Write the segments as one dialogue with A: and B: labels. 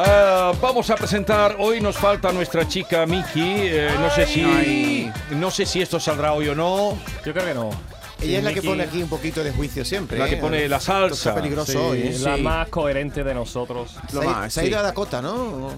A: Ah, vamos a presentar, hoy nos falta nuestra chica Miki, eh, no sé si no sé si esto saldrá hoy o no.
B: Yo creo que no.
C: Ella es la que pone aquí un poquito de juicio siempre.
A: La que
C: ¿eh?
A: pone la
C: Esto
A: salsa.
C: Está peligroso
B: Sí,
C: hoy. ¿eh?
B: la
C: Sí.
B: más coherente de nosotros.
C: Se ha-
D: Lo más,
C: se ha ido
D: sí.
C: a Dakota, ¿no?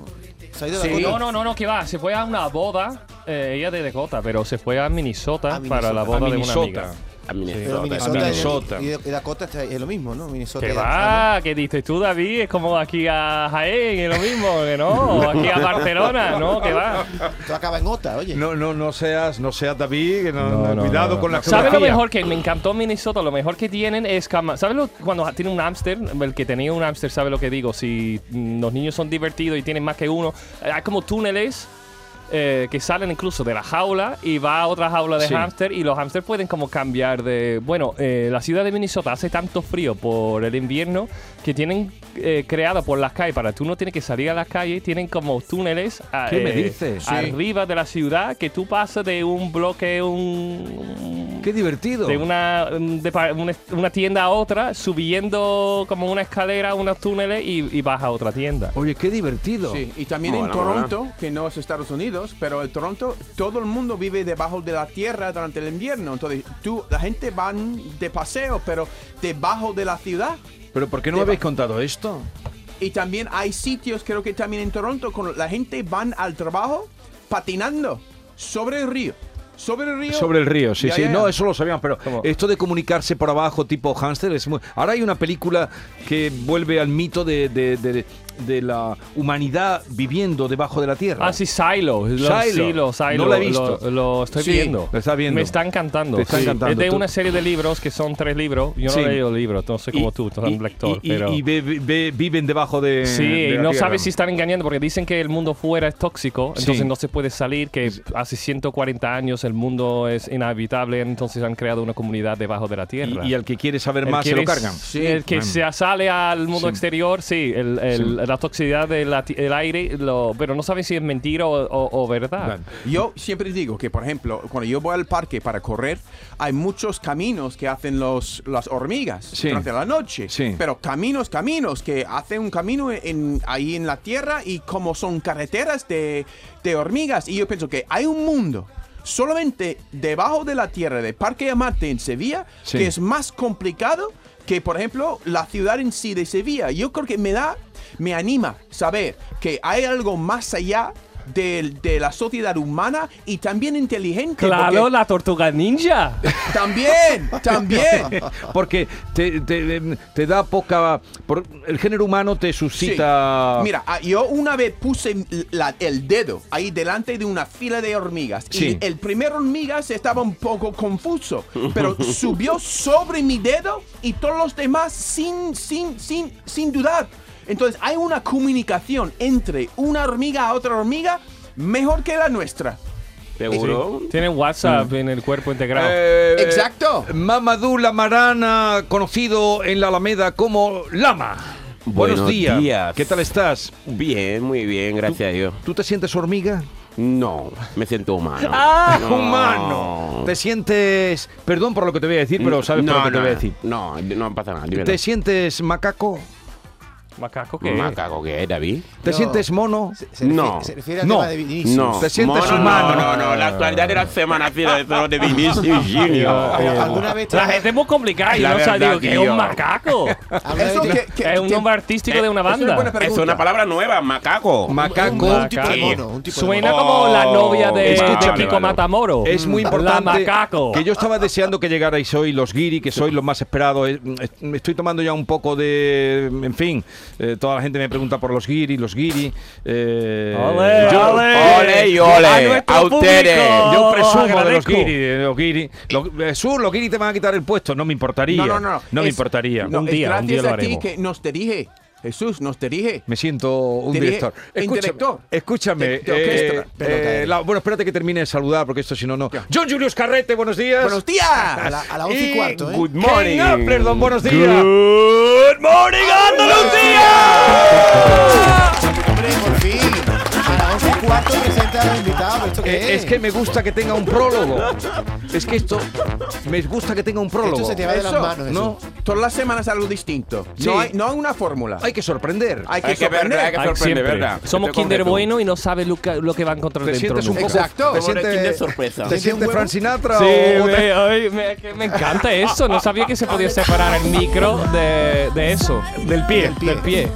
C: Se ha ido a
D: Sí.
C: Dakota.
B: No, no, no, no, que va. Se fue a una boda. eh, ella de Dakota, pero se fue a Minnesota,
C: A Minnesota.
B: para la boda
A: A
B: de una
A: Minnesota.
B: amiga.
D: A Minnesota.
C: Pero Minnesota,
A: a
C: y-
A: Minnesota.
C: Y, y Dakota está- es lo mismo, ¿no? Minnesota.
B: Que
C: y Dakota,
B: va, que dices tú, David, es como aquí a Jaén, es lo mismo, que no, o aquí a Barcelona, no, que va.
C: ¿no? Esto acaba en OTA, oye.
A: No, no, no seas, no seas David, que no- no,
B: no,
A: cuidado
B: no.
A: con la
B: ¿Sabes lo
A: geografía.
B: mejor que me encantó Minnesota? Lo mejor que tienen es cama. ¿Sabes lo, cuando tiene un hámster? El que tenía un hámster sabe lo que digo. Si mm, los niños son divertidos y tienen más que uno, eh, hay como túneles. eh, que salen incluso de la jaula y va a otra jaula de
A: Sí.
B: hámster y los hámsters pueden como cambiar de bueno eh, la ciudad de Minnesota hace tanto frío por el invierno que tienen eh, creado por las calles para tú no tienes que salir a las calles tienen como túneles a-
A: ¿Qué me
B: eh,
A: dices? Sí.
B: arriba de la ciudad que tú pasas de un bloque un
A: Qué divertido.
B: de una, un depa- una, una tienda a otra, subiendo como una escalera, unos túneles y, y vas a otra tienda.
A: Oye, qué divertido.
E: Sí, y también
D: Mola,
E: en Toronto, que no es Estados Unidos, pero en Toronto todo el mundo vive debajo de la tierra durante el invierno. Entonces, tú, la gente va de paseo, pero debajo de la ciudad.
A: Pero ¿por qué no me
E: Te
A: habéis
E: va.
A: contado esto?
E: Y también hay sitios, creo que también en Toronto, con la gente van al trabajo patinando sobre el río. Sobre el río.
A: Sobre el río, sí,
E: Ya,
A: sí.
E: ya, ya.
A: No, eso lo sabíamos, pero
B: ¿Cómo?
A: esto de comunicarse por abajo tipo hámster es muy... Ahora hay una película que vuelve al mito de, de- de- de la humanidad viviendo debajo de la tierra.
B: Ah, sí, Silo. Lo,
A: Silo.
B: sí, lo, Silo.
A: No la he visto.
B: Lo, lo estoy
A: Sí,
B: viendo.
A: lo está viendo.
B: Me está encantando.
A: Te está encantando,
B: Es de
A: tú.
B: una serie de libros que son tres libros. Yo no
A: Sí.
B: he leído libros, no sé como tú, tú eres un lector,
A: y- y-
B: pero...
A: y ve- ve- viven debajo de. de
B: Sí, y
A: la
B: no
A: tierra.
B: sabes si están engañando porque dicen que el mundo fuera es tóxico,
A: Sí.
B: entonces no se puede salir, que hace 140 años el mundo es inhabitable, entonces han creado una comunidad debajo de la Tierra.
A: Y, y al que quiere saber
B: El
A: más
B: que
A: se lo
B: es-
A: cargan.
B: El que se sale al
A: Sí.
B: mundo exterior, sí, el- el- la toxicidad del ati- el aire, lo, pero no saben si es mentira o, o- o verdad.
A: Vale.
E: Yo siempre digo que, por ejemplo, cuando yo voy al parque para correr, hay muchos caminos que hacen los, las hormigas
A: Sí.
E: durante la noche.
A: Sí.
E: Pero caminos, caminos, que hacen un camino en, ahí en la tierra y como son carreteras de, de hormigas. Y yo pienso que hay un mundo solamente debajo de la tierra de Parque Amate en Sevilla
A: Sí.
E: que es más complicado que, por ejemplo, la ciudad en sí de Sevilla. Yo creo que me da, me anima saber que hay algo más allá del- de, la sociedad humana y también inteligente.
B: Claro,
E: porque-
B: la tortuga ninja.
E: También, también.
A: Porque te, te- te da poca. por- el género humano te suscita.
E: Sí. Mira, ah, yo una vez puse la- el dedo ahí delante de una fila de hormigas.
A: Sí.
E: Y el primer hormiga se estaba un poco confuso, pero subió sobre mi dedo y todos los demás sin, sin, sin, sin dudar. Entonces hay una comunicación entre una hormiga a otra hormiga mejor que la nuestra.
D: ¿Seguro?
B: Tienen WhatsApp en el cuerpo integrado.
A: Eh,
E: Exacto.
A: Mamadou Lamarana, conocido en la Alameda como Lama. Buenos,
D: Buenos días.
A: ¿Qué tal estás?
D: Bien, muy bien, gracias a Dios.
A: ¿Tú te sientes hormiga?
D: No, me siento humano.
A: ¡Ah,
D: No.
A: humano! ¿Te sientes. Perdón por lo que te voy a decir, pero sabes
D: no,
A: por lo que
D: no,
A: te voy a decir.
D: No, no pasa nada. dímelo.
A: ¿Te sientes macaco?
B: Macaco que
D: Macaco, ¿qué es, David?
A: ¿Te
C: No.
A: sientes mono?
C: Se, se refi-
D: No.
C: Se refiere al
A: No.
C: tema de Vinicius.
D: No.
A: ¿Te sientes
D: Mono,
A: humano?
D: No, no, no. La actualidad de la semana ha sido de todo de Vinicius Junior.
C: Pero alguna vez...
B: Eh, La gente es muy complicada. Yo
D: La
B: no sé,
D: verdad,
B: digo que es un
D: tío.
B: macaco.
C: alguna vez
E: Eso
C: te-
E: que- que-
B: es un
E: que-
B: nombre artístico de una
E: es una
B: banda.
E: buena
D: Es
E: pregunta.
D: una palabra nueva, macaco.
A: Macaco.
C: Un tipo de
B: Macaco.
C: mono, un tipo de
B: Suena
C: mono.
B: como la
D: Oh,
B: novia de,
D: escúchame,
B: de
D: vale,
B: Kiko
D: vale.
B: Matamoro.
A: Es muy
B: La
A: importante
B: macaco.
A: que yo estaba deseando que llegarais hoy los guiri, que sois los más esperados. Eh, mm, Me estoy tomando ya un poco de... En fin, eh, toda la gente me pregunta por los guiri, los guiri. eh,
B: Ole,
A: yo,
B: ole.
D: ole y ole,
B: A nuestro
D: a ustedes.
B: público.
A: yo presumo de los
B: Agradezco.
A: guiri, de los guiri. Los, Jesús, los guiri te van a quitar el puesto. No me importaría.
E: No, no, no.
A: me
E: Es-
A: importaría.
E: no,
B: Un
E: es
B: día, un
E: gracias
B: día lo
E: a ti
B: haremos.
E: que nos dirige. Jesús, nos dirige.
A: Me siento un
E: Te dije,
A: director.
E: un
A: Escúchame,
E: director.
A: escúchame
E: De- de orquesta.
A: eh,
C: Pero
A: pelado. Bueno, espérate que termine de saludar, porque esto si no, no. John Julius Carrete, buenos días.
E: Buenos
C: A
E: días.
C: la, a la 11 y cuarto, ¿eh?
D: Good morning.
A: Ken Apler, don buenos días.
D: Good morning, Andalucía.
C: Hombre, por fin. A la 11 y cuarto presenta a los invitados. ¿Esto qué
A: Eh,
C: es?
A: es que me gusta que tenga un prólogo. Es que esto me gusta que tenga un prólogo.
C: Esto se te va de las
E: Eso,
C: manos. Jesús.
E: no, todas las semanas algo distinto.
A: Sí.
E: No, hay, no hay una fórmula.
A: Hay que sorprender.
D: Hay que ver,
E: sorprender.
D: hay que
B: Ay,
D: sorprende,
B: siempre.
D: ¿verdad?
B: Somos
D: Estoy
B: Kinder
D: con Jesús.
B: Bueno y no sabe lo que, lo que va a encontrar
A: te
B: dentro.
A: sientes un
B: nunca.
A: poco.
C: Exacto.
A: Te
D: Como una
A: sientes,
D: Kinder sorpresa.
A: ¿Te
D: ¿Siente
A: sientes
C: un
A: Frank Sinatra
B: Sí,
A: o, o te-
B: me, ay, me- que me encanta eso. No sabía que se podía separar el micro de, de eso, del pie, del pie.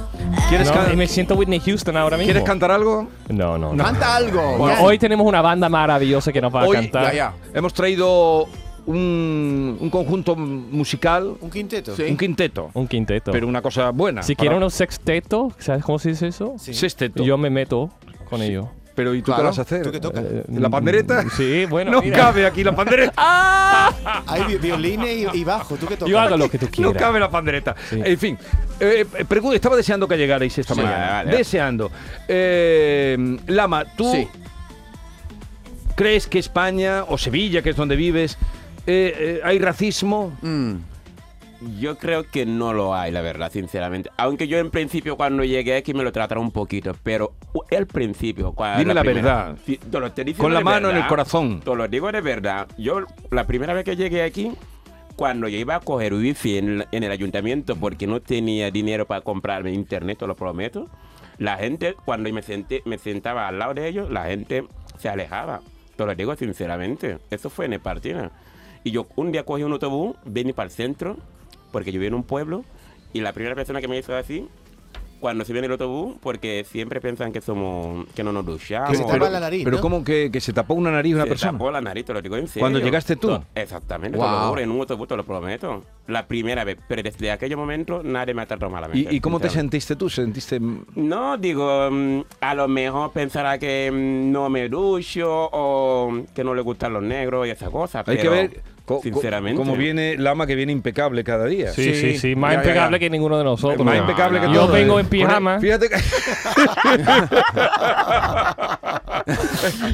A: ¿Quieres
B: No,
A: can-
B: y me siento Whitney Houston ahora mismo.
A: ¿Quieres cantar algo?
B: No, no. no.
C: Canta algo.
B: Bueno,
C: Jan.
B: hoy tenemos una banda maravillosa que nos va
A: Hoy
B: a cantar.
E: ya, ya.
A: hemos traído un, un conjunto musical,
C: Un quinteto.
E: Sí.
A: un quinteto,
B: Un quinteto.
A: pero una cosa buena.
B: si
A: para-
B: quieren unos sexteto, ¿sabes cómo se dice eso?
C: Sí.
A: Sexteto.
B: Yo me meto con ello.
A: Pero ¿y tú
C: Claro.
A: qué vas a hacer?
C: ¿Tú qué tocas?
A: Eh, ¿La pandereta?
B: Sí, bueno.
A: no
B: mira.
A: cabe aquí la pandereta.
C: Hay vi- violines y, y bajo. ¿Tú qué tocas?
B: Yo hago lo que tú
A: No
B: quieras.
A: cabe la pandereta. En fin, eh, eh, pregun- estaba deseando que llegarais esta
D: Sí,
A: mañana.
D: vale, vale.
A: Deseando. Eh, Lama, tú
E: Sí.
A: crees que España o Sevilla, que es donde vives, eh, eh, hay racismo?
E: Mm.
D: Yo creo que no lo hay, la verdad, sinceramente. Aunque yo en principio cuando llegué aquí me lo trataron un poquito, pero el principio... Cuando,
A: Dime la
D: primera-
A: verdad.
D: Sí, te lo- te digo
A: Con la
D: de
A: mano en
D: verdad,
A: el corazón.
D: Te lo digo de verdad. Yo la primera vez que llegué aquí, cuando yo iba a coger wifi en el, en el ayuntamiento porque no tenía dinero para comprarme internet, te lo prometo, la gente, cuando me, senté, me sentaba al lado de ellos, la gente se alejaba. Te lo digo sinceramente. Eso fue en el partido. Y yo un día cogí un autobús, vine para el centro, porque yo vivo en un pueblo, y la primera persona que me hizo así, cuando se viene el autobús, porque siempre piensan que somos, que no nos duchamos.
C: Que se tapa la nariz.
A: Pero
C: ¿no?
A: ¿cómo que, que se tapó una nariz una
D: Se
A: persona?
D: tapó la nariz, te lo digo en serio.
A: Cuando llegaste tú.
D: Exactamente, te
E: Wow.
D: lo juro, en un autobús, te lo prometo. La primera vez, pero desde aquel momento nadie me ha tratado malamente.
A: ¿Y, y cómo te
D: sinceramente.
A: sentiste tú? ¿Sentiste
D: No, digo, mm, a lo mejor pensará que mm, no me ducho o mm, que no le gustan los negros y esas cosas.
A: Hay que
D: pero,
A: ver co- co-
D: sinceramente.
A: cómo viene Lama que viene impecable cada día.
B: Sí, sí, sí, Más
E: Ya, ya,
B: impecable
E: ya.
B: que ninguno de nosotros.
A: Más
D: No,
A: impecable que
D: no.
B: Yo
A: todo,
B: vengo
A: ¿eh?
B: en pijama.
A: Con- Fíjate que.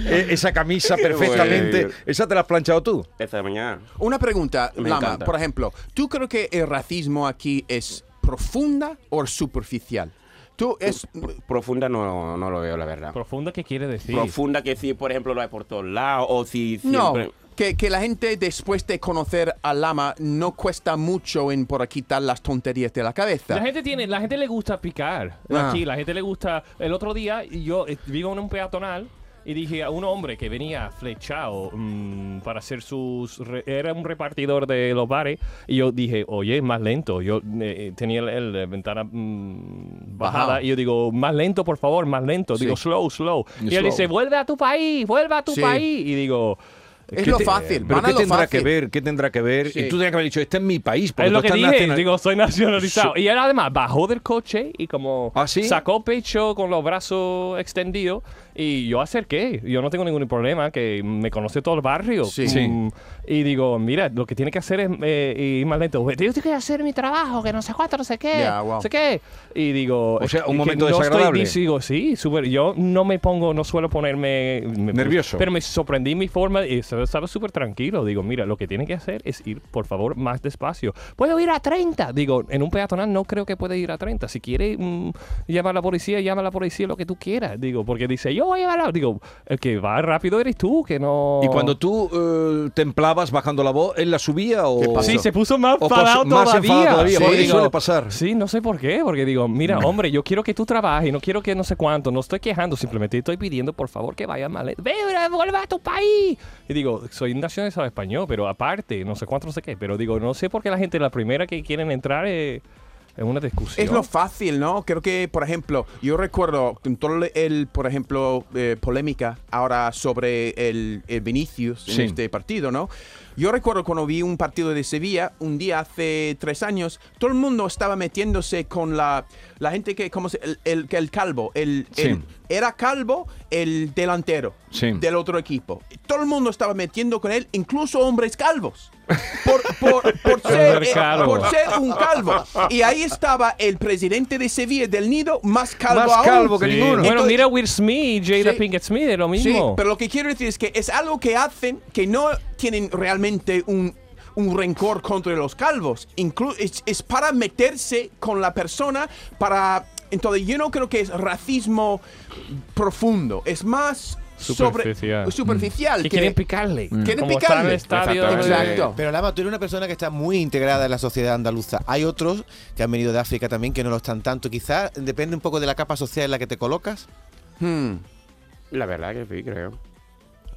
A: E- esa camisa perfectamente.
D: Bueno.
A: Esa te la has planchado tú.
D: Esta mañana.
E: Una pregunta,
D: Me
E: Lama,
D: encanta.
E: por ejemplo, ¿tú crees que el racismo aquí es profunda o superficial? Tú es
D: Profunda no, no lo veo, la verdad.
B: Profunda, ¿qué quiere decir?
D: Profunda que sí, por ejemplo, lo hay por todos lados o si
E: no
D: siempre...
E: que, que la gente después de conocer a Lama no cuesta mucho en por quitar las tonterías de la cabeza.
B: La gente tiene, la gente le gusta picar.
E: Ah.
B: Aquí, la gente le gusta. El otro día yo eh, vivo en un peatonal y dije a un hombre que venía flechado mm, para hacer sus re- era un repartidor de los bares y yo dije, "Oye, es más lento." Yo eh, eh, tenía el, el, eh, ventana mm, bajada
E: Bajado.
B: y yo digo, "Más lento, por favor, más lento." Digo, "Slow, slow." Y, él
A: slow.
B: dice, "Vuelve a tu país, vuelve a tu
E: Sí.
B: país." Y digo,
E: es
B: "¿Qué
E: lo
B: te-
E: fácil,
A: Pero
E: van a
A: ¿qué
E: lo
A: tendrá
E: fácil.
A: que ver? ¿Qué tendrá que ver?
E: Sí.
A: Y tú tenías que haber dicho, este es mi país. porque
B: Es lo
A: tú
B: que
A: estás
B: dije,
A: nacional-
B: digo, soy nacionalizado. Y él además bajó del coche y como
A: ¿Ah, sí?
B: sacó pecho con los brazos extendidos y yo acerqué. Yo no tengo ningún problema, que me conoce todo el barrio.
E: Sí.
A: Sí.
B: Mm, Y digo, mira, lo que tiene que hacer es eh, ir más lento. Yo tengo que hacer mi trabajo, que no sé cuánto, no sé qué,
E: Ya, wow.
B: no sé qué. Y digo...
A: O sea, un
B: "Es que
A: momento
B: no estoy
A: desagradable".
B: dis- digo, sí, súper. Yo no me pongo, no suelo ponerme... me-
A: Nervioso.
B: Pero me sorprendí mi forma y estaba estaba súper tranquilo. Digo, mira, lo que tiene que hacer es ir, por favor, más despacio. ¿Puedo ir a 30? Digo, en un peatonal no creo que puede ir a 30. Si quiere mm, llama a la policía, llama a la policía lo que tú quieras. Digo, porque dice, yo voy a llevarla. Digo, el que va rápido eres tú, que no...
A: Y cuando tú eh, templabas bajando la voz, ¿él la subía o.?
C: ¿Qué pasó?
B: Sí, se puso más
A: O pos-
B: enfadado
A: más
B: todavía.
A: enfadado todavía,
B: Sí,
A: porque
B: digo,
A: suele pasar.
B: Sí, no sé por qué, porque digo, mira,
A: Mm.
B: hombre, yo quiero que tú trabajes, no quiero que no sé cuánto, no estoy quejando, simplemente estoy pidiendo, por favor, que vayas mal. Ve, vuelve a tu país. Y digo, soy nacionalizado español, pero aparte, no sé cuánto, no sé qué, pero digo, no sé por qué la gente, la primera que quieren entrar es, es una discusión.
E: Es lo fácil, ¿no? Creo que, por ejemplo, yo recuerdo con todo el, por ejemplo, eh, polémica ahora sobre el, el Vinicius
A: Sí.
E: en este partido, ¿no? Yo recuerdo cuando vi un partido de Sevilla un día hace tres años, todo el mundo estaba metiéndose con la, la gente que, ¿cómo se El, el, que el calvo, el,
A: Sí.
E: el- era calvo el delantero
A: Sí.
E: del otro equipo. Todo el mundo estaba metiendo con él, incluso hombres calvos. Por, por- por ser,
B: Hombre
E: eh,
B: calvo.
E: por ser un calvo. Y ahí estaba el presidente de Sevilla del Nido, más calvo
A: Más
E: aún.
A: calvo que
B: Sí.
A: ninguno.
B: Bueno,
E: Entonces-
B: mira Will Smith y Jada
E: Sí.
B: Pinkett Smith, es lo
E: Sí,
B: mismo.
E: pero lo que quiero decir es que es algo que hacen que no tienen realmente un, un rencor contra los calvos. Inclu- es, es para meterse con la persona, para... Entonces yo no creo que es racismo profundo, es más sobre-
B: Superficial. Mm.
E: superficial
B: que
E: que-
B: quieren picarle.
E: Quieren
B: Como están en el
E: picarle.
B: estadio.
D: Exactamente.
E: Exacto.
C: Pero Lama, tú eres una persona que está muy integrada en la sociedad andaluza. Hay otros que han venido de África también que no lo están tanto. Quizás depende un poco de la capa social en la que te colocas.
E: Hmm.
D: La verdad que sí, creo.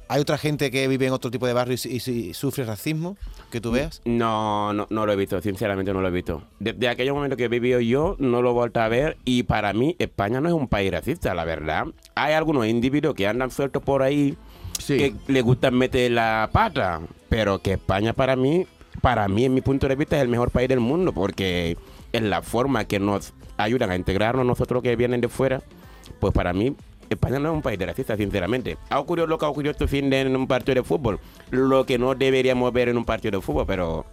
C: Hay otra gente que vive en otro tipo de barrio y, si- y si sufre racismo que
A: Mm.
C: tú veas.
D: No, no, no lo he visto, sinceramente no lo he visto. Desde aquel momento que he vivido yo, no lo he vuelto a ver. Y para mí, España no es un país racista, la verdad. Hay algunos individuos que andan sueltos por ahí que le gustan meter la pata. Pero que España, para mí, para mí, en mi punto de vista, es el mejor país del mundo. Porque es la forma que nos ayudan a integrarnos nosotros que vienen de fuera. Pues para mí, España no es un país de racistas, sinceramente. Ha ocurrido lo que ha ocurrido este fin de en un partido de fútbol. Lo que no deberíamos ver en un partido de fútbol, pero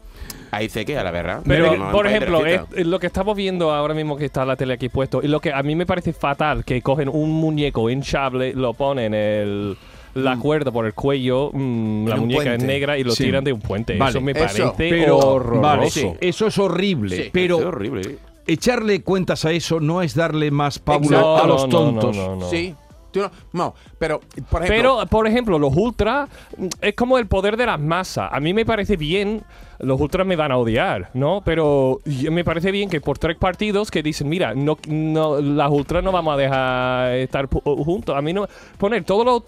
D: ahí se queda, la verdad.
B: Pero,
D: no, no es un
B: por
D: país de
B: ejemplo, eh,
D: racistas.
B: es- es lo que estamos viendo ahora mismo que está la tele aquí puesto, y lo que a mí me parece fatal, que cogen un muñeco hinchable, lo ponen el...
A: Mm.
B: La cuerda por el cuello, mm, la
C: un
B: muñeca es
C: puente.
B: negra y lo
A: Sí.
B: tiran de un puente.
A: Vale,
B: eso me
E: eso,
B: parece
A: Pero,
B: horroroso.
A: vale, eso es horrible.
E: Sí.
A: pero
D: Es horrible. eh.
A: echarle cuentas a eso no es darle más pábula
B: No,
A: a los
B: no, no,
A: tontos.
B: no, no, no.
E: Sí. Tú no, no, pero por ejemplo...
B: Pero, por ejemplo, los ultras mm, es como el poder de las masas. A mí me parece bien, los ultras me van a odiar, ¿no? Pero y- me parece bien que por tres partidos que dicen, mira, no, no las ultras no vamos a dejar estar pu- uh, juntos. A mí no. Poner todos los.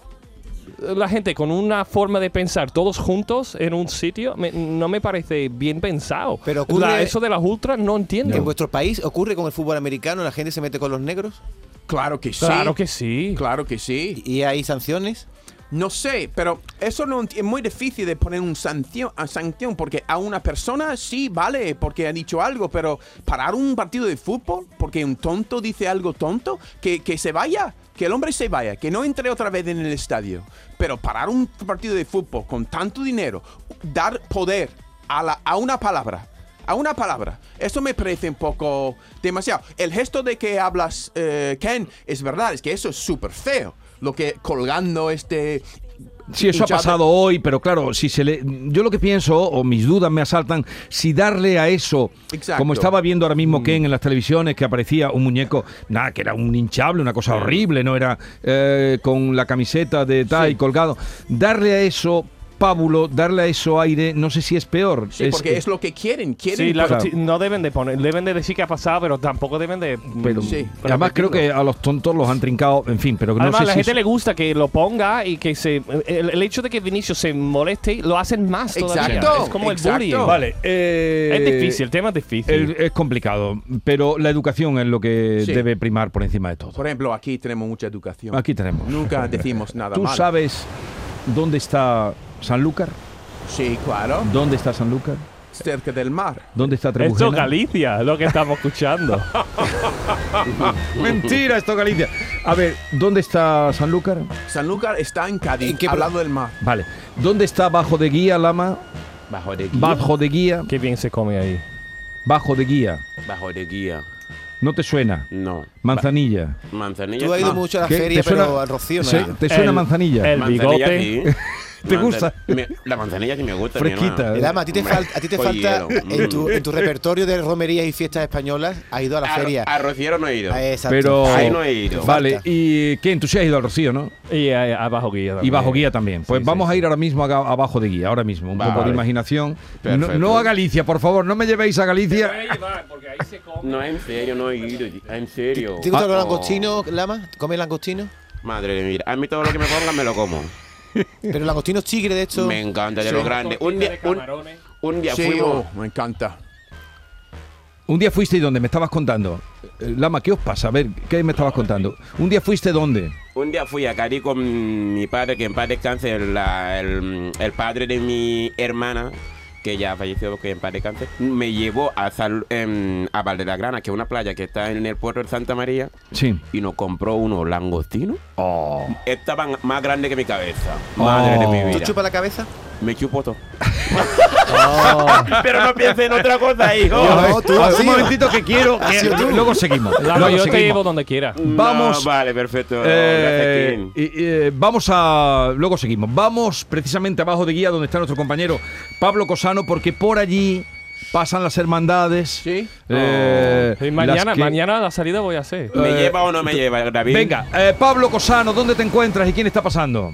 B: La gente con una forma de pensar todos juntos en un sitio me- no me parece bien pensado.
C: Pero ocurre-
B: La- eso de las ultras no entiendo.
C: ¿En vuestro país ocurre con el fútbol americano? ¿La gente se mete con los negros?
E: claro que sí.
B: Claro que sí.
E: Claro que sí.
C: ¿Y hay sanciones?
E: No sé, pero eso no enti- es muy difícil de poner un sanción, a sanción, porque a una persona sí vale, porque ha dicho algo, pero parar un partido de fútbol porque un tonto dice algo tonto, que, que se vaya, que el hombre se vaya, que no entre otra vez en el estadio. Pero parar un partido de fútbol con tanto dinero, dar poder a, la- a una palabra. A una palabra. Eso me parece un poco demasiado. El gesto de que hablas, eh, Ken, es verdad, es que eso es súper feo. Lo que colgando este.
A: Sí, eso ha
E: hinchada-
A: pasado hoy, pero claro, si se le, yo lo que pienso, o mis dudas me asaltan, si darle a eso,
E: Exacto.
A: como estaba viendo ahora
B: Mm.
A: mismo Ken en las televisiones, que aparecía un muñeco, nada, que era un hinchable, una cosa horrible, no era eh, con la camiseta de tal y colgado, darle a eso pábulo, darle a eso aire, no sé si es peor.
E: Sí, porque es lo que quieren. Quieren.
B: Sí, la-
A: Claro.
B: sí, no deben de poner, deben de decir que ha pasado, pero tampoco deben de. mm,
A: pero-
E: Sí.
A: y además creo que a los tontos los han trincado, en fin, pero no
B: Además,
A: sé
B: a la
A: si
B: gente
A: es-
B: le gusta que lo ponga y que se. El, el hecho de que Vinicius se moleste lo hacen más todavía.
E: Exacto,
B: Es como
E: exacto.
B: el bullying.
A: Vale, eh,
B: Es difícil, el tema es difícil.
A: Es, es complicado, pero la educación es lo que
E: Sí.
A: debe primar por encima de todo.
E: Por ejemplo, aquí tenemos mucha educación.
A: Aquí tenemos.
E: Nunca decimos nada
A: ¿Tú
E: malo.
A: sabes dónde está Sanlúcar?
E: Sí, claro.
A: ¿Dónde está Sanlúcar?
E: Cerca del mar.
A: ¿Dónde está
B: Esto
A: Trebujena?
B: es Galicia, lo que estamos escuchando.
A: Mentira, esto es Galicia. A ver, ¿dónde está Sanlúcar?
E: Sanlúcar está en Cádiz,
C: ¿En qué
E: al
C: pro-
E: lado del mar.
A: Vale. ¿Dónde está Bajo de Guía, Lama?
D: Bajo de guía.
A: Bajo de Guía.
B: Qué bien se come ahí.
A: Bajo de Guía.
D: Bajo de guía.
A: ¿No te suena?
D: No.
A: Manzanilla.
D: Manzanilla.
C: Tú has ido
D: no.
C: mucho a la
A: ¿Qué?
C: feria,
A: ¿Te suena-
C: pero al rocío no.
A: Sí,
C: era.
A: ¿Te suena
B: El-
A: Manzanilla?
B: el-
D: Manzanilla
B: bigote.
D: sí.
A: ¿Te gusta?
D: Me- la manzanilla sí me gusta. mi
A: Fresquita.
D: hermano.
A: Eh,
C: Lama, a ti te,
D: Hombre,
C: falta, a ti te
D: con
C: falta
D: hielo.
C: en tu,
D: Mm.
C: en tu repertorio de romerías y fiestas españolas, has ido a la
D: a,
C: feria.
D: a Rociero no he ido.
C: Ah, exacto.
A: Pero.
D: Ahí no he ido.
A: Vale,
C: Falta.
A: ¿y qué? Tú sí has ido al Rocío, ¿no?
B: Y eh, abajo guía
A: Y
B: también.
A: bajo guía también. Pues
B: Sí,
A: vamos
B: sí,
A: a ir
B: sí.
A: ahora mismo a, ga- a bajo de guía, ahora mismo. Un
D: Vale.
A: poco de imaginación. No,
D: Perfecto.
A: no a Galicia, por favor, no me llevéis a Galicia.
D: No, en serio, no he ido. En serio.
C: ¿Te gustan los
D: Ah, oh.
C: langostinos, Lama? ¿Comes langostinos?
D: Madre mía, a mí todo lo que me pongan me lo como.
C: Pero langostinos tigre, de hecho.
D: Me oh, encanta, de lo grande. Un día, un, un día
E: Sí,
D: fuimos,
E: oh, me encanta.
A: Un día fuiste y donde me estabas contando. Eh, Lama, ¿qué os pasa? A ver, ¿qué me estabas contando? Un día fuiste dónde?
D: Un día fui a Cari con mi padre, que en paz descanse, la- el, el padre de mi hermana, que ya falleció, que en paz descanse, me llevó a, Sal- em, a Valdelagrana, que es una playa que está en el puerto de Santa María,
A: Sí.
D: y nos compró unos langostinos. Estaban más grandes que mi cabeza.
A: Oh.
D: Madre de mi
C: ¿Tú
D: vida.
C: chupas la cabeza?
D: Me chupo todo. Pero no pienses en otra cosa, hijo.
C: No, tú
A: A ver,
C: has
A: un
C: sido.
A: momentito que quiero. que-
C: Has sido tú.
A: luego seguimos.
B: Lama,
A: luego
B: yo te
A: seguimos.
B: llevo donde quiera.
D: No,
A: Vamos.
D: vale, perfecto.
A: Eh,
D: Gracias, Kim.
A: y- y, eh, vamos a. Luego seguimos. Vamos precisamente abajo de guía donde está nuestro compañero Pablo Cosano, porque por allí pasan las hermandades.
E: Sí.
A: Eh,
B: Oh. Y mañana,
A: las que-
B: mañana la salida voy a hacer.
D: ¿Me
A: eh,
D: lleva o no me lleva, David?
A: Venga, eh, Pablo Cosano, ¿dónde te encuentras y quién está pasando?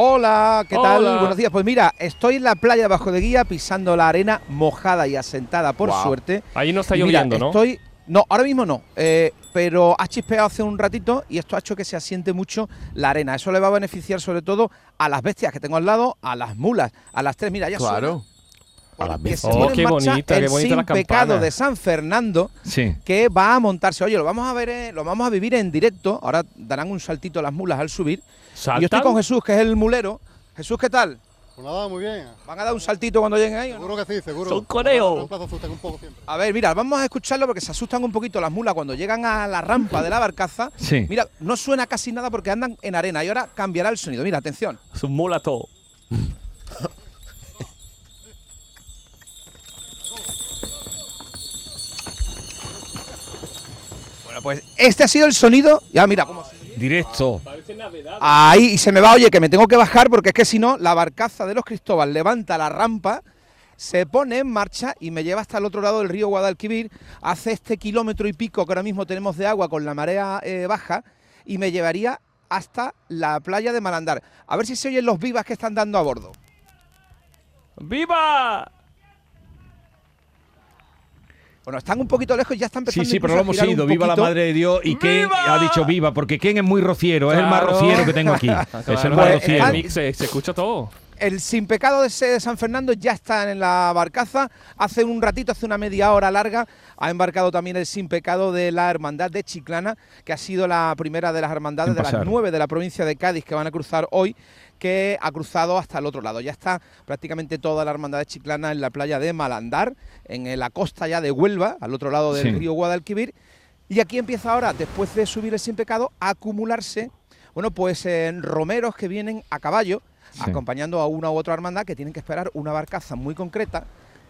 F: Hola, ¿qué
B: Hola.
F: tal? Buenos días. Pues mira, estoy en la playa de Bajo de Guía pisando la arena mojada y asentada, por
D: Guau.
F: suerte.
B: Ahí no está
F: Y mira,
B: lloviendo, ¿no?
F: Estoy, no, ahora mismo no, eh, pero ha chispeado hace un ratito y esto ha hecho que se asiente mucho la arena. Eso le va a beneficiar sobre todo a las bestias que tengo al lado, a las mulas, a las tres. Mira, ya suena.
E: Claro.
F: A las
B: bestias. Oh, qué bonita, qué
F: el
B: bonita la
F: sin pecado
B: campana.
F: de San Fernando
A: Sí.
F: que va a montarse. Oye, lo vamos a ver, eh, lo vamos a vivir en directo. Ahora darán un saltito las mulas al subir. Y Yo estoy
B: ¿Saltan?
F: con Jesús, que es el mulero. Jesús, ¿qué tal?
G: Pues nada, muy bien.
F: ¿Van a dar un saltito cuando lleguen ahí? o no?
G: Seguro que sí, seguro.
B: Son coreos.
G: Un plazo asustan un poco siempre.
F: A ver, mira, vamos a escucharlo porque se asustan un poquito las mulas cuando llegan a la rampa de la barcaza.
A: Sí.
F: Mira, no suena casi nada porque andan en arena y ahora cambiará el sonido. Mira, atención.
B: Es un mula todo.
F: Bueno, pues este ha sido el sonido. Ya, mira, cómo suena.
A: Directo.
F: ahí y se me va, oye, que me tengo que bajar porque es que si no, la barcaza de los Cristóbal levanta la rampa. Se pone en marcha y me lleva hasta el otro lado del río Guadalquivir, hace este kilómetro y pico que ahora mismo tenemos de agua con la marea eh, baja y me llevaría hasta la playa de Malandar. A ver si se oyen los vivas que están dando a bordo.
B: ¡Viva!
F: Bueno, están un poquito lejos y ya están
A: Sí,
F: empezando
A: sí, pero
F: incluso
A: lo
F: a
A: hemos
F: girar un
A: ido. Viva la
F: poquito.
A: madre de Dios. Y Ken
B: ¡Viva!
A: ha dicho viva, porque Ken es muy rociero, es el más
B: Claro.
A: rociero que tengo aquí. Es el
B: Claro,
A: más
F: Pues,
B: sí, el
F: están-
A: rociero.
B: mix se, se escucha todo.
F: El sin pecado de ese de San Fernando ya está en la barcaza. Hace un ratito, hace una media hora larga, ha embarcado también el sin pecado de la Hermandad de Chiclana, que ha sido la primera de las hermandades
A: En
F: de las
A: pasar.
F: nueve de la provincia de Cádiz que van a cruzar hoy, que ha cruzado hasta el otro lado. Ya está prácticamente toda la Hermandad de Chiclana en la playa de Malandar, en la costa ya de Huelva, al otro lado del
A: Sí.
F: río Guadalquivir. Y aquí empieza ahora, después de subir el sin pecado, a acumularse, bueno, pues en romeros que vienen a caballo,
A: Sí.
F: acompañando a una u otra hermandad que tienen que esperar una barcaza muy concreta,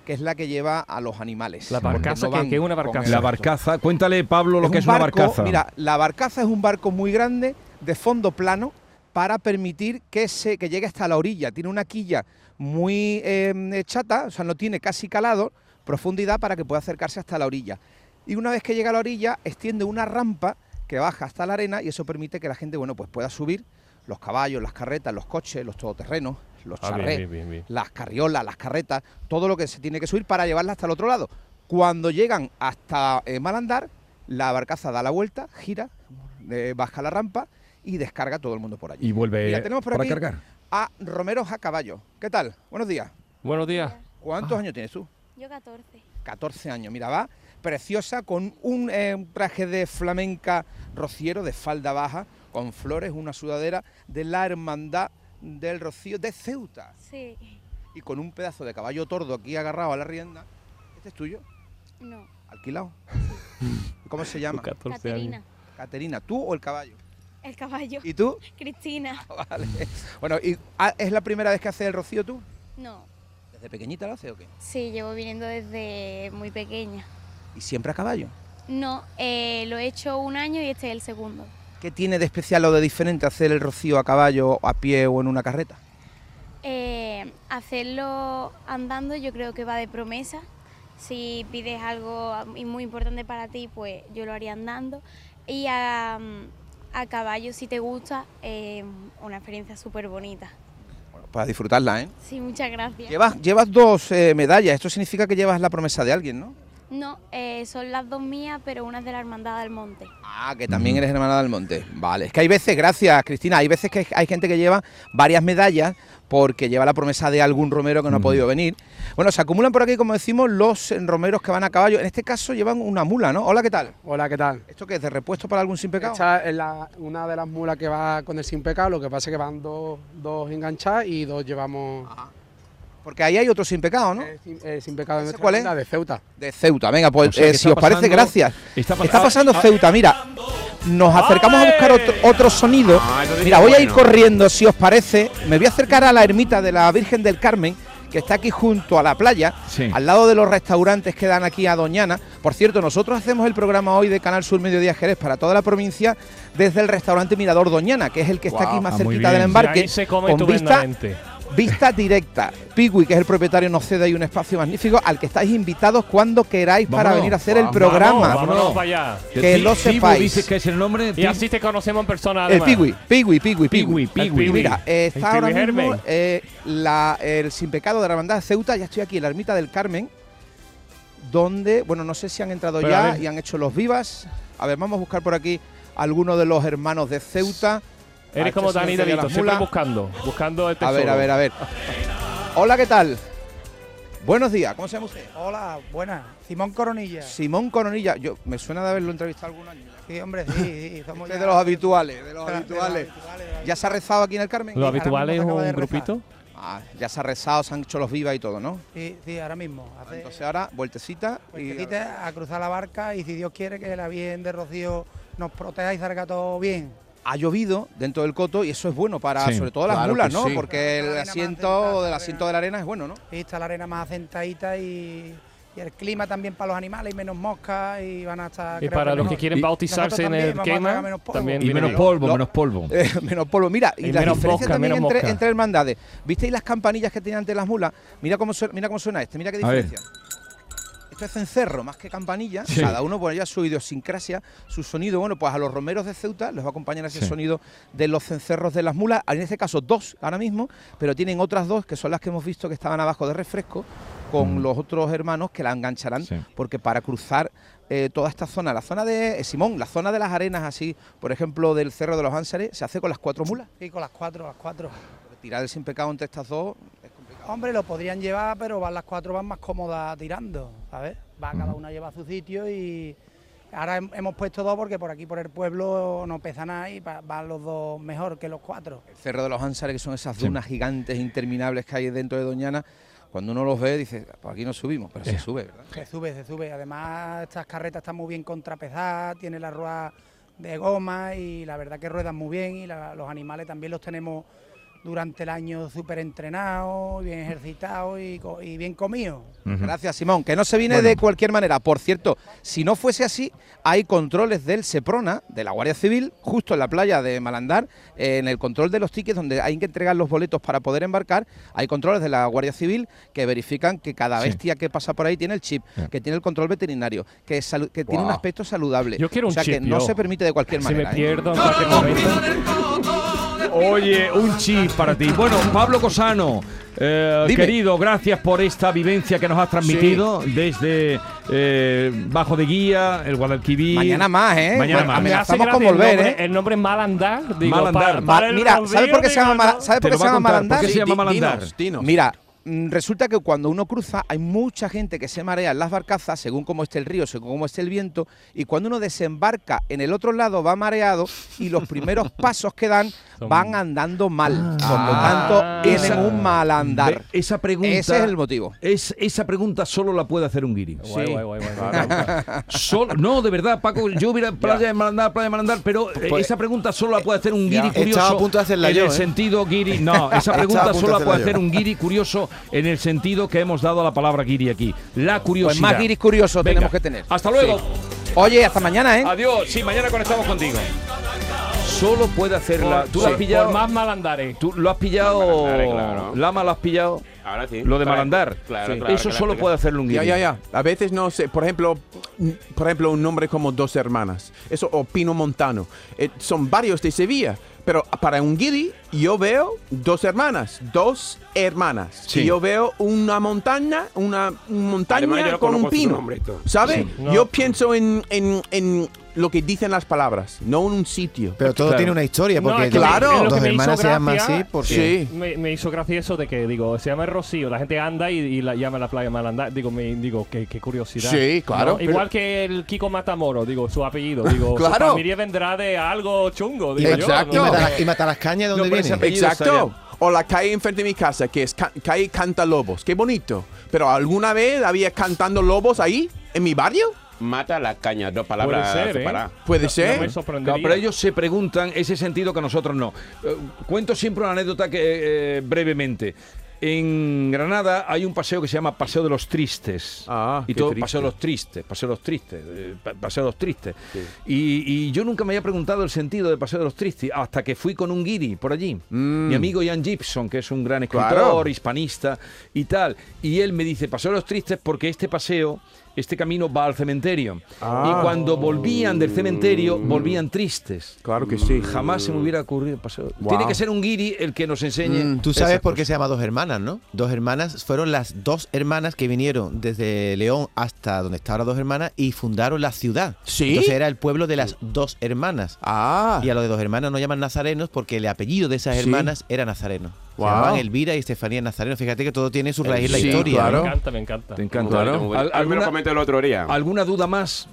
F: que es la que lleva a los animales.
B: La
F: porque
B: barcaza, ¿qué-
F: van
B: qué es una
F: con
B: barcaza?
F: el
A: La
F: resto.
A: barcaza. Cuéntale, Pablo, lo
F: Es
A: que
F: un
A: es una
F: barco-
A: barcaza.
F: Mira, la barcaza es un barco muy grande, de fondo plano, para permitir que, se, que llegue hasta la orilla. Tiene una quilla muy eh, chata, o sea, no tiene casi calado, profundidad para que pueda acercarse hasta la orilla. Y una vez que llega a la orilla, extiende una rampa que baja hasta la arena y eso permite que la gente bueno, pues pueda subir los caballos, las carretas, los coches, los todoterrenos, los
B: Ah, bien,
F: charrés,
B: bien, bien, bien.
F: las carriolas, las carretas, todo lo que se tiene que subir para llevarla hasta el otro lado. Cuando llegan hasta eh, Malandar, la barcaza da la vuelta, gira, eh, baja la rampa y descarga a todo el mundo por allí.
A: Y vuelve
F: Mira, tenemos por
A: para
F: aquí
A: cargar.
F: a Romeros a caballo. ¿Qué tal? Buenos días.
B: Buenos días.
F: ¿Cuántos años tienes tú?
H: Yo 14.
F: 14 años. Mira, va preciosa con un eh, un traje de flamenca rociero de falda baja, con flores, una sudadera de la Hermandad del Rocío de Ceuta.
H: Sí.
F: Y con un pedazo de caballo tordo aquí agarrado a la rienda. ¿Este es tuyo?
H: No.
F: ¿Alquilado? ¿Cómo se llama?
B: 14 años.
H: Caterina.
F: Caterina, ¿tú o el caballo?
H: El caballo.
F: ¿Y Ah. tú?
H: Cristina.
F: Vale. Bueno, y, ah, ¿es la primera vez que haces el rocío tú?
H: No.
F: ¿Desde pequeñita lo haces o qué?
H: Sí, llevo viniendo desde muy pequeña.
F: ¿Y siempre a caballo?
H: No, eh, lo he hecho un año y este es el segundo.
F: ¿Qué tiene de especial o de diferente hacer el rocío a caballo, a pie o en una carreta?
H: Eh, hacerlo andando yo creo que va de promesa. Si pides algo a- y muy importante para ti, pues yo lo haría andando. Y a, a caballo, si te gusta, eh, una experiencia súper bonita.
F: Bueno, para disfrutarla, ¿eh?
H: Sí, muchas gracias.
F: Llevas, llevas dos eh, medallas, esto significa que llevas la promesa de alguien, ¿no?
H: No, eh, son las dos mías, pero una es de la Hermandad del Monte.
F: Ah, que también eres hermana del monte. Vale, es que hay veces, gracias Cristina, hay veces que hay gente que lleva varias medallas porque lleva la promesa de algún romero que no ha podido venir. Bueno, se acumulan por aquí, como decimos, los eh, romeros que van a caballo. En este caso llevan una mula, ¿no? Hola, ¿qué tal?
I: Hola, ¿qué tal?
F: ¿Esto qué es de repuesto para algún sin pecado?
I: Esta es la- una de las mulas que va con el sin pecado, lo que pasa es que van dos, dos enganchadas y dos llevamos
F: Porque ahí hay otro sin pecado, ¿no?
E: Eh,
I: el, sin, el sin pecado de
F: ¿Ese
I: nuestra
F: cuál es?
I: hermandad, de Ceuta.
F: De Ceuta, venga, pues
A: O sea,
F: eh,
A: que
F: si
A: está
F: os parece,
A: pasando-
F: gracias.
A: está pas-
F: Está pasando
A: ah,
F: Ceuta, mira. Nos acercamos a buscar otro, otro sonido.
D: Ah, eso sí
F: Mira,
D: que
F: voy a
D: es
F: ir
D: bueno.
F: corriendo, si os parece. Me voy a acercar a la ermita de la Virgen del Carmen, que está aquí junto a la playa,
A: Sí.
F: al lado de los restaurantes que dan aquí a Doñana. Por cierto, nosotros hacemos el programa hoy de Canal Sur Mediodía Jerez para toda la provincia desde el restaurante Mirador Doñana, que es el que está
A: Guau,
F: aquí más
A: ah, muy
F: cerquita
A: bien.
F: del embarque.
B: Ahí se come
F: con vista
B: estupendamente.
F: Vista directa. Pigui, que es el propietario, nos cede ahí un espacio magnífico al que estáis invitados cuando queráis para
A: Vámonos,
F: venir a hacer el
A: vamos,
F: programa.
B: Vámonos, vámonos
A: vámonos.
B: para allá.
F: que
A: Ti-
F: lo
A: Tibu,
F: sepáis. Eh,
A: dices que es el nombre.
B: Y
A: Ti-
B: así te conocemos en persona.
F: El
B: además.
F: Pigui, Pigui,
A: Pigui,
F: Pigui, Pigui.
A: Pigui.
B: Pigui.
F: Mira, eh,
B: El
F: está ahora
B: Pigui
F: mismo
B: Germen.
F: eh, la- el sin pecado de la hermandad de Ceuta. Ya estoy aquí en la ermita del Carmen, donde, bueno, no sé si han entrado
B: Pero, a
F: ya
B: ver.
F: y han hecho los vivas. A ver, vamos a buscar por aquí alguno de los hermanos de Ceuta.
B: Eres
F: Ah,
B: como
F: este
B: Dani
F: señor tenía
B: Delito,
F: las
B: siempre
F: mulas.
B: buscando, buscando el
F: A
B: tesoro.
F: ver, a ver, a ver. Hola, ¿qué tal? Buenos días, ¿cómo se llama usted?
I: Hola, buenas. Simón Coronilla.
F: Simón Coronilla, yo me suena de haberlo entrevistado algún año.
I: Sí, hombre, sí, sí.
F: Este es de los habituales, de los habituales. ¿Ya se ha rezado aquí en el Carmen?
B: Lo habitual es
I: mismo acaba
B: un
I: de rezar.
B: grupito.
F: Ah, ya se ha rezado, se han hecho los vivas y todo, ¿no?
I: Sí, sí, ahora mismo.
F: Entonces ahora, vueltecita y...
I: a cruzar la barca y si Dios quiere que la Virgen de Rocío nos proteja y salga todo bien.
F: Ha llovido dentro del coto y eso es bueno para,
A: Sí,
F: sobre todo las
E: claro
F: mulas,
E: que
F: ¿no?
E: sí.
F: Porque
I: La
F: el
I: arena más
F: asiento
I: central,
F: del
I: la
F: asiento de la arena es bueno, ¿no?
I: Y está la arena más acentadita y, y el clima también para los animales y menos moscas y van a estar...
B: Y
I: creo
B: para los que
I: mejor.
B: quieren
A: Nosotros
B: bautizarse en
I: también
B: el
I: vamos a tragar
B: quema,
I: menos polvo.
B: también
A: Y
B: viene
A: menos
B: bien.
A: polvo,
F: Lo-
A: menos polvo.
F: Eh, menos polvo. Mira, y,
B: Y
F: la
B: menos
F: diferencia
B: mosca,
F: también
B: menos
F: entre,
B: mosca.
F: entre hermandades. ¿Visteis las campanillas que tenían ante las mulas? Mira cómo, suena, mira cómo suena este, mira qué
A: A ver.
F: diferencia. Esto es cencerro, más que campanilla.
A: Sí.
F: Cada uno por allá su idiosincrasia, su sonido. Bueno, pues a los romeros de Ceuta les va a acompañar ese
A: Sí.
F: sonido de los cencerros de las mulas. En este caso, dos ahora mismo, pero tienen otras dos que son las que hemos visto que estaban abajo de refresco con
A: Mm.
F: los otros hermanos que la engancharán
A: Sí.
F: porque para cruzar eh, toda esta zona, la zona de eh, Simón, la zona de las arenas así, por ejemplo, del Cerro de los Ánsares, se hace con las cuatro mulas.
I: Sí, con las cuatro, las cuatro.
F: Tirar el sin pecado entre estas dos es complicado.
I: Hombre, lo podrían llevar, pero van las cuatro van más cómodas tirando, ¿sabes? Va, cada una lleva a su sitio y ahora hem- hemos puesto dos porque por aquí, por el pueblo, no pesa nada y pa- van los dos mejor que los cuatro.
F: El Cerro de los Ánsares, que son esas
A: Sí.
F: dunas gigantes interminables que hay dentro de Doñana, cuando uno los ve dice, "Ah, por aquí no subimos, pero se sube, ¿verdad?
I: Se sube, se sube. Además, estas carretas están muy bien contrapezadas, tiene la rueda de goma y la verdad que ruedan muy bien y la- los animales también los tenemos durante el año súper entrenados, bien ejercitados y, co- y bien comidos.
F: Gracias, Simón. Que no se viene de cualquier manera. Por cierto, si no fuese así, hay controles del Seprona, de la Guardia Civil, justo en la playa de Malandar, eh, en el control de los tickets, donde hay que entregar los boletos para poder embarcar. Hay controles de la Guardia Civil que verifican que cada
A: Sí.
F: bestia que pasa por ahí tiene el chip,
A: Ya.
F: que tiene el control veterinario, que, es salu- que tiene un
A: Guau.
F: aspecto saludable.
B: Yo quiero un
F: O sea, que
B: chip,
F: no
B: yo.
F: se permite de cualquier
B: Si me
F: manera. ¿eh?
B: pierdo en cualquier momento.
A: Eh, Oye, un chip para ti. Bueno, Pablo Cosano, eh,
F: Dime.
A: querido, gracias por esta vivencia que nos has transmitido desde eh, Bajo de Guía, el Guadalquivir.
F: Mañana más, ¿eh?
A: Mañana más.
B: Me hace
F: Amenazamos con
B: gracia el
F: volver,
B: nombre-
F: ¿eh?
B: El nombre es Malandar. Digo,
A: Malandar.
B: pa-
A: Ma-
B: para el
F: Mira,
B: Rocío,
F: ¿sabes por qué se llama,
B: digo,
F: Ma-
B: no.
F: ¿sabes por
A: Te
F: qué
A: lo
F: se
A: va a
F: llama
A: contar, ¿por
F: Malandar?
A: qué se
E: Sí,
A: llama
E: di-
A: Malandar?
E: dinos, dinos.
F: Mira, mm, resulta que cuando uno cruza hay mucha gente que se marea en las barcazas según cómo esté el río, según cómo esté el viento, y cuando uno desembarca en el otro lado va mareado y los primeros pasos que dan van andando mal.
B: Ah.
F: Por lo tanto,
A: Esa-
F: tienen un mal andar.
A: Ve, Esa pregunta.
F: Ese es el motivo.
A: es- esa pregunta solo la puede hacer un guiri.
B: Guay, guay, guay, guay, guay.
A: Solo- no, de verdad, Paco, yo hubiera playa de Malandar, playa de Malandar, pero eh,
C: Pues-
A: esa pregunta solo la puede hacer un guiri
C: Estaba
A: curioso.
C: a punto de hacerla
A: en
C: yo,
A: el
C: ¿eh?
A: sentido guiri. No, esa
C: Estaba a
A: pregunta
C: punto de
A: solo la puede
C: hacerla
A: hacer
C: yo.
A: un guiri curioso en el sentido que hemos dado a la palabra guiri aquí. La curiosidad.
F: Pues más guiris curiosos
A: Venga,
F: tenemos que tener.
A: Hasta luego.
F: Oye, hasta mañana, ¿eh?
A: Adiós. Sí, mañana conectamos contigo. solo puede hacerla.
B: Por-
A: Tú la has
B: por-
A: pillado.
B: Por más mal andaré.
A: Tú lo has pillado.
D: Por malandar, claro.
A: Lama lo has pillado.
D: Ahora sí.
A: Lo de
D: Claro,
A: malandar.
D: Claro,
A: Sí.
D: claro,
A: Eso
D: que la
A: solo
D: explica-
A: puede hacerlo un
E: Ya,
A: guiri.
E: ya, ya. A veces no sé. Por ejemplo, mm, por ejemplo, un nombre como Dos Hermanas. Eso, o Pino Montano. Eh, son varios de Sevilla. Pero para un guiri, yo veo dos hermanas. Dos hermanas.
A: Sí.
E: Y yo veo una montaña, una un
D: Además, yo
E: montaña
D: no
E: con un
D: conozco su
E: pino.
D: nombre, esto.
E: ¿Sabes?
B: No.
E: Yo pienso en, en, en lo que dicen las palabras, no en un sitio.
C: Pero todo
A: Claro.
C: tiene una historia,
B: No,
C: porque
B: es que
E: claro.
C: dos,
E: lo
B: que me hizo
C: hermanas se llaman
B: gracia-
C: así porque...
E: Sí.
B: Me, me hizo gracia eso de que, digo, se llama Rocío, la gente anda y, y la llama a la playa Malandar. Digo, me, digo qué, qué curiosidad.
E: Sí, claro,
B: ¿No? Igual que el Kiko Matamoro, digo, su apellido. Digo, su
E: Claro.
B: familia vendrá de algo chungo.
C: Y,
B: Digo, yo,
E: Exacto.
B: ¿no?
C: Matalas- y Matalascaña, ¿de dónde
A: No, pero
C: viene?
A: ese apellido
E: Exacto.
A: estaría-
E: O la calle enfrente de mi casa, que es ca- calle Cantalobos. Qué bonito. Pero alguna vez había cantando lobos ahí, en mi barrio.
D: Mata la caña, dos palabras
B: Puede ser, ¿eh?
D: separadas.
E: Puede
B: No-
E: ser.
B: no me
A: Claro,
B: sorprendería.
A: pero ellos se preguntan ese sentido que nosotros no. Eh, Cuento siempre una anécdota que eh, brevemente. En Granada hay un paseo que se llama Paseo de los Tristes.
E: Ah,
A: y
E: qué
A: todo
E: triste.
A: Paseo de los Tristes, Paseo de los Tristes, eh, pa- Paseo de los Tristes. Y, y yo nunca me había preguntado el sentido de Paseo de los Tristes hasta que fui con un guiri por allí. Mi amigo Ian Gibson, que es un gran escritor,
E: Mm. Claro.
A: hispanista y tal. Y él me dice, paseo de los tristes porque este paseo, este camino va al cementerio.
E: Ah.
A: Y cuando volvían del cementerio, volvían tristes.
E: Mm. Claro que sí.
A: Jamás se me hubiera ocurrido el paseo.
E: Wow.
A: Tiene que ser un guiri el que nos enseñe.
E: Mm.
C: Tú sabes
A: esas
C: por qué
A: cosas.
C: se llama Dos Hermanas, ¿no? Dos Hermanas fueron las dos hermanas que vinieron desde León hasta donde está ahora Dos Hermanas y fundaron la ciudad.
E: ¿Sí?
C: Entonces era el pueblo de las Dos Hermanas.
E: Ah.
C: Y a los de Dos Hermanas no llaman nazarenos porque el apellido de esas
E: Sí.
C: hermanas era nazareno. Se
E: Guau. Eh,
C: llamaban Elvira y Estefanía Nazareno. Fíjate que todo tiene su raíz en la
E: Sí,
C: historia. ¿eh?
E: claro.
C: ¿no?
B: Me encanta, me encanta.
A: Te
D: Muy
A: encanta.
D: bonito,
A: ¿no?
D: muy bonito.
A: Al-
D: A mí me lo
A: ¿Alguna,
D: comenté el otro día.
A: alguna duda más?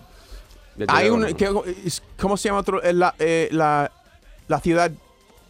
D: Desde
E: Hay
D: luego.
E: un. que- es- ¿Cómo se llama otro? Eh, La, eh, la, la ciudad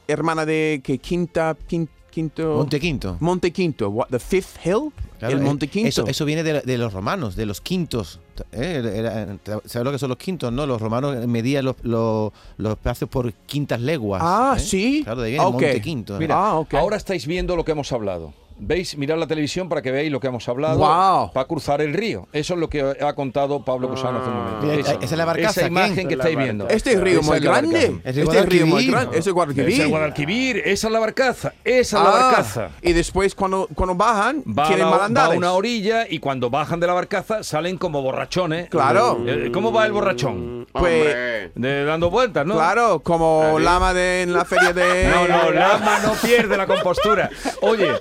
E: hermana de. que Quinta. Quin- quinto.
C: Monte Quinto.
E: Monte Quinto. What, ¿The Fifth Hill?
C: Claro,
E: el
C: eh,
E: Monte Quinto.
C: Eso, eso viene de, de los romanos, de los quintos. ¿eh? Era- ¿Sabes lo que son los quintos? no? Los romanos medían los, los, los espacios por quintas leguas.
E: Ah,
C: ¿eh?
E: sí.
C: Claro, de ahí viene
E: Ok.
C: Monte Quinto.
A: Mira,
E: Ah, ok.
A: ahora estáis viendo lo que hemos hablado. ¿Veis? Mirad la televisión para que veáis lo que hemos hablado
E: Guau.
A: para cruzar el río. Eso es lo que ha contado Pablo Cosano hace un
E: Ah.
A: momento.
C: Mira, esa es la barcaza,
A: Esa imagen
C: ¿quién?
A: que estáis viendo.
E: Este río
A: Esa
E: muy
A: es la
E: grande.
A: barcaza.
C: Es
E: Es
C: de
E: este río muy
C: Guadalquivir.
E: grande. Es el
A: Esa es
E: Guadalquivir.
A: Guadalquivir, esa es la barcaza, esa es la
E: Ah,
A: barcaza.
E: Y después cuando, cuando bajan,
A: Va a,
E: tienen
A: la- va a
E: malandares.
A: una orilla y cuando bajan de la barcaza salen como borrachones.
E: Claro.
A: Eh, ¿Cómo va el
D: Mm.
A: borrachón?
D: Hombre.
A: De- dando vueltas, ¿no?
E: Claro, como
D: Así.
E: lama de, en la feria de...
A: No, no, Lama no pierde la compostura. Oye,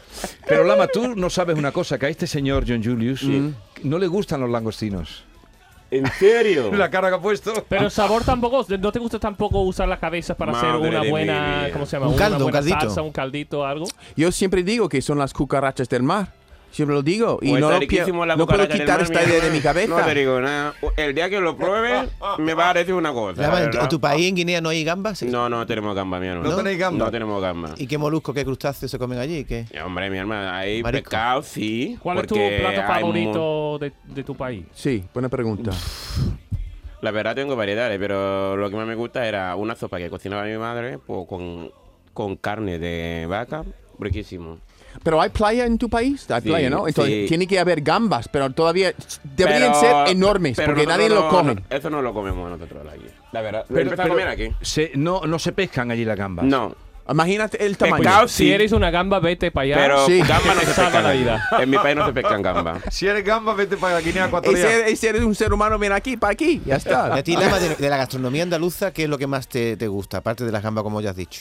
A: pero Lama, tú no sabes una cosa, que a este señor John Julius no le gustan los langostinos.
D: ¿En serio?
A: La cara que ha puesto.
B: Pero el sabor tampoco, ¿no te gusta tampoco usar las cabezas para hacer
D: Madre
B: una
D: de mi
B: buena,
D: vida.
B: ¿cómo se llama?
C: Un
B: Una
C: caldo, un
B: buena
C: caldito.
B: salsa, un caldito, algo.
E: Yo siempre digo que son las cucarachas del mar. Siempre lo digo. Y
D: Pues
E: no,
D: está
E: lo pie-
D: riquísimo la
E: no puedo
D: cucaracha del
E: quitar
D: mar,
E: esta idea de mi
D: hermano. No
E: cabeza.
D: te digo nada. El día que lo pruebe, me va a decir una cosa.
C: Lama, ¿en,
D: ¿verdad?
C: en tu país, en Guinea, no hay gambas?
D: No, no tenemos gamba, mi hermano.
A: ¿No tenéis gamba?
D: No tenemos gamba.
C: ¿Y qué molusco, qué crustáceos se comen allí? ¿Qué?
D: Eh, Hombre, mi hermano, hay
C: Marisco.
D: pescado, sí.
B: ¿Cuál es tu
D: porque
B: plato
D: hay mu-
B: favorito de, de tu país?
E: Sí, buena pregunta.
D: La verdad tengo variedades, pero lo que más me gusta era una sopa que cocinaba mi madre pues, con, con carne de vaca, riquísimo.
E: Pero hay playa en tu país, hay
D: Sí,
E: playa, ¿no? Entonces
D: sí.
E: tiene que haber gambas, pero todavía deberían
D: Pero-
E: ser enormes
D: pero
E: porque
D: nosotros
E: nadie lo
D: no-
E: come.
D: Eso no lo comemos nosotros aquí. La verdad. ¿Lo
A: Pero-
D: empezaste a
A: pero
D: comer aquí?
A: se- no, no se pescan allí las gambas.
D: No.
E: Imagínate el tamaño.
D: Pescado
B: Si eres una gamba, vete para allá.
D: Pero
E: Sí.
D: gamba no se
B: Te salva
D: pescan.
B: la
D: aquí.
B: vida.
D: En mi país no se pescan gamba.
A: Si eres gamba, vete para la Guinea
E: Y si eres, y si eres un ser humano, ven aquí, para aquí, ya
C: Y
E: está.
C: a ti, Lama, de, de la gastronomía andaluza, ¿qué es lo que más te, te gusta? Aparte de las gambas, como ya has dicho.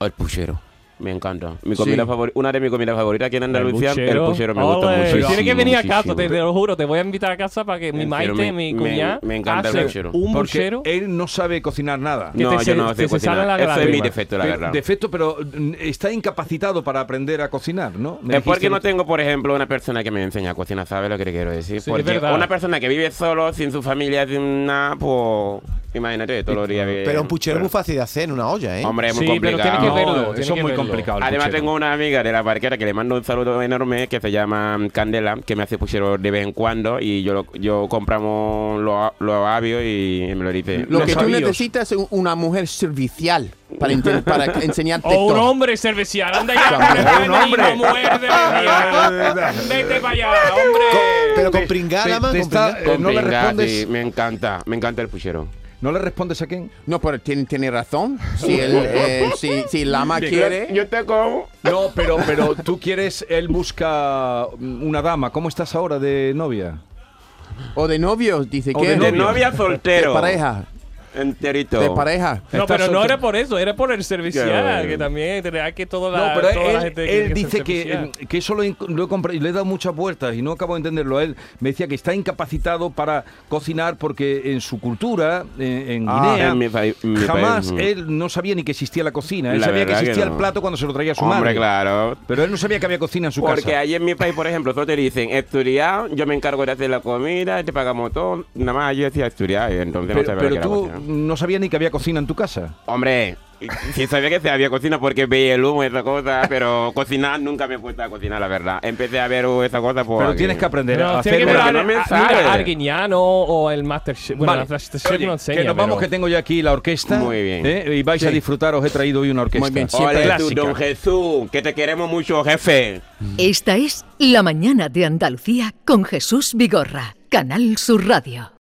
D: El puchero. Me encanta. Mi
E: Sí.
D: comida favori- una de mis comidas favoritas aquí en Andalucía, el puchero, me gusta
B: Ole.
D: muchísimo.
B: Tienes Oh, que venir a casa,
D: muchísimo.
B: te, te lo juro. Te voy a invitar a casa para que mi
D: En
B: maite,
D: serio, me-
B: mi
D: me-
B: cuñada,
D: me encanta el
B: hace
D: puchero.
B: un
A: Porque
B: puchero.
A: él no sabe cocinar nada.
B: que
D: No,
B: te
D: yo
B: se-
D: no
B: te
D: sé
B: se sale la
D: cocinar. Eso es mi
B: lágrima.
D: defecto, la
A: Pe-
D: verdad.
A: Defecto, pero mm, está incapacitado para aprender a cocinar, ¿no? Me
D: Es porque
A: dijiste-
D: no tengo, por ejemplo, una persona que me enseña a cocinar, ¿sabes lo que te quiero decir?
B: Sí, es
D: porque
B: verdad.
D: una persona que vive solo, sin su familia, sin nada, pues imagínate, todos los días.
C: Pero un puchero es muy fácil de hacer en una olla, ¿eh?
D: Hombre, es muy
B: Sí, pero
D: complicado.
B: tienes que verlo.
A: No,
B: tienes
A: eso
B: que
A: es muy
B: verlo.
A: complicado. el
D: Además
A: puchero.
D: tengo una amiga de la barquera que le mando un saludo enorme que se llama Candela, que me hace puchero de vez en cuando y yo lo- yo compramos los los avios y me lo dice.
E: Lo
A: Los
E: que tú
A: sabios.
E: necesitas es un- una mujer servicial para, inte- para enseñarte
B: O un
E: todo.
B: hombre cervecial, anda ya,
A: Hombre, un hombre.
B: hombre. mujer de mi vida. Vete para allá, hombre.
C: Pero con pringada,
A: Te-
C: Lama,
A: te
C: con
A: está-
C: pringada.
A: eh, no le
D: Con pringada,
A: respondes.
D: sí, me encanta, me encanta el puchero.
A: ¿No le respondes a quién?
J: No, pero tiene, tiene razón. Si, el, eh, si, si Lama quiere.
D: Yo te como.
A: No, pero, pero tú quieres, él busca una dama. ¿Cómo estás ahora de novia?
J: O de novios, dice
A: O
J: que.
A: de
D: De
A: novio.
D: novia soltero.
J: De pareja.
D: Enterito.
J: De pareja.
B: No, pero
A: Estás
B: no
A: soltero.
B: era por eso, era por el servicial,
D: Que-
B: que también tenía que toda la,
A: No, pero
B: toda la
A: él,
B: gente
A: él
B: que- que es
A: dice que,
B: servicial.
A: eh, que eso lo, he- lo he comprado y le he dado muchas vueltas y no acabo de entenderlo. Él me decía que está incapacitado para cocinar porque en su cultura, en, en
J: Ah,
A: Guinea,
D: en mi país- en mi
A: jamás
D: país, mm.
A: él no sabía ni que existía la cocina. Él
D: La
A: sabía que
D: verdad que
A: existía el
D: no.
A: plato cuando se lo traía a su
D: Hombre,
A: madre.
D: claro.
A: Pero él no sabía que había cocina en su
D: Porque
A: casa.
D: ahí en mi país, por ejemplo, solo te dicen estudiar, yo me encargo de hacer la comida, te pagamos todo. Nada más yo decía estudiar y entonces
A: Pero,
D: no sabía
A: pero
D: lo que
A: tú
D: era cocina.
A: no sabías ni que había cocina en tu casa.
D: Hombre, sí sabía que se había cocina porque veía el humo y esa cosa, pero cocinar nunca me he puesto a cocinar, la verdad. Empecé a ver uh, esa cosa por.
A: Pero
D: aquí.
A: tienes que aprender
B: No,
A: a
B: tiene que
A: hacerlo.
D: pero
B: ver
D: que
B: a-
D: no me
B: a-
D: sale.
B: mira, Arguiñano o el Masterchef. Bueno,
A: Vale.
B: el Masterchef
A: Oye,
B: no enseña.
A: que nos vamos,
B: pero-
A: que tengo yo aquí la orquesta.
D: Muy bien.
A: ¿eh? Y vais a disfrutar, os he traído hoy una orquesta.
J: Muy bien,
D: Ole,
J: siempre
D: tú,
J: clásica.
D: don Jesús, que te queremos mucho, jefe.
K: Esta es La Mañana de Andalucía con Jesús Vigorra, Canal Sur Radio.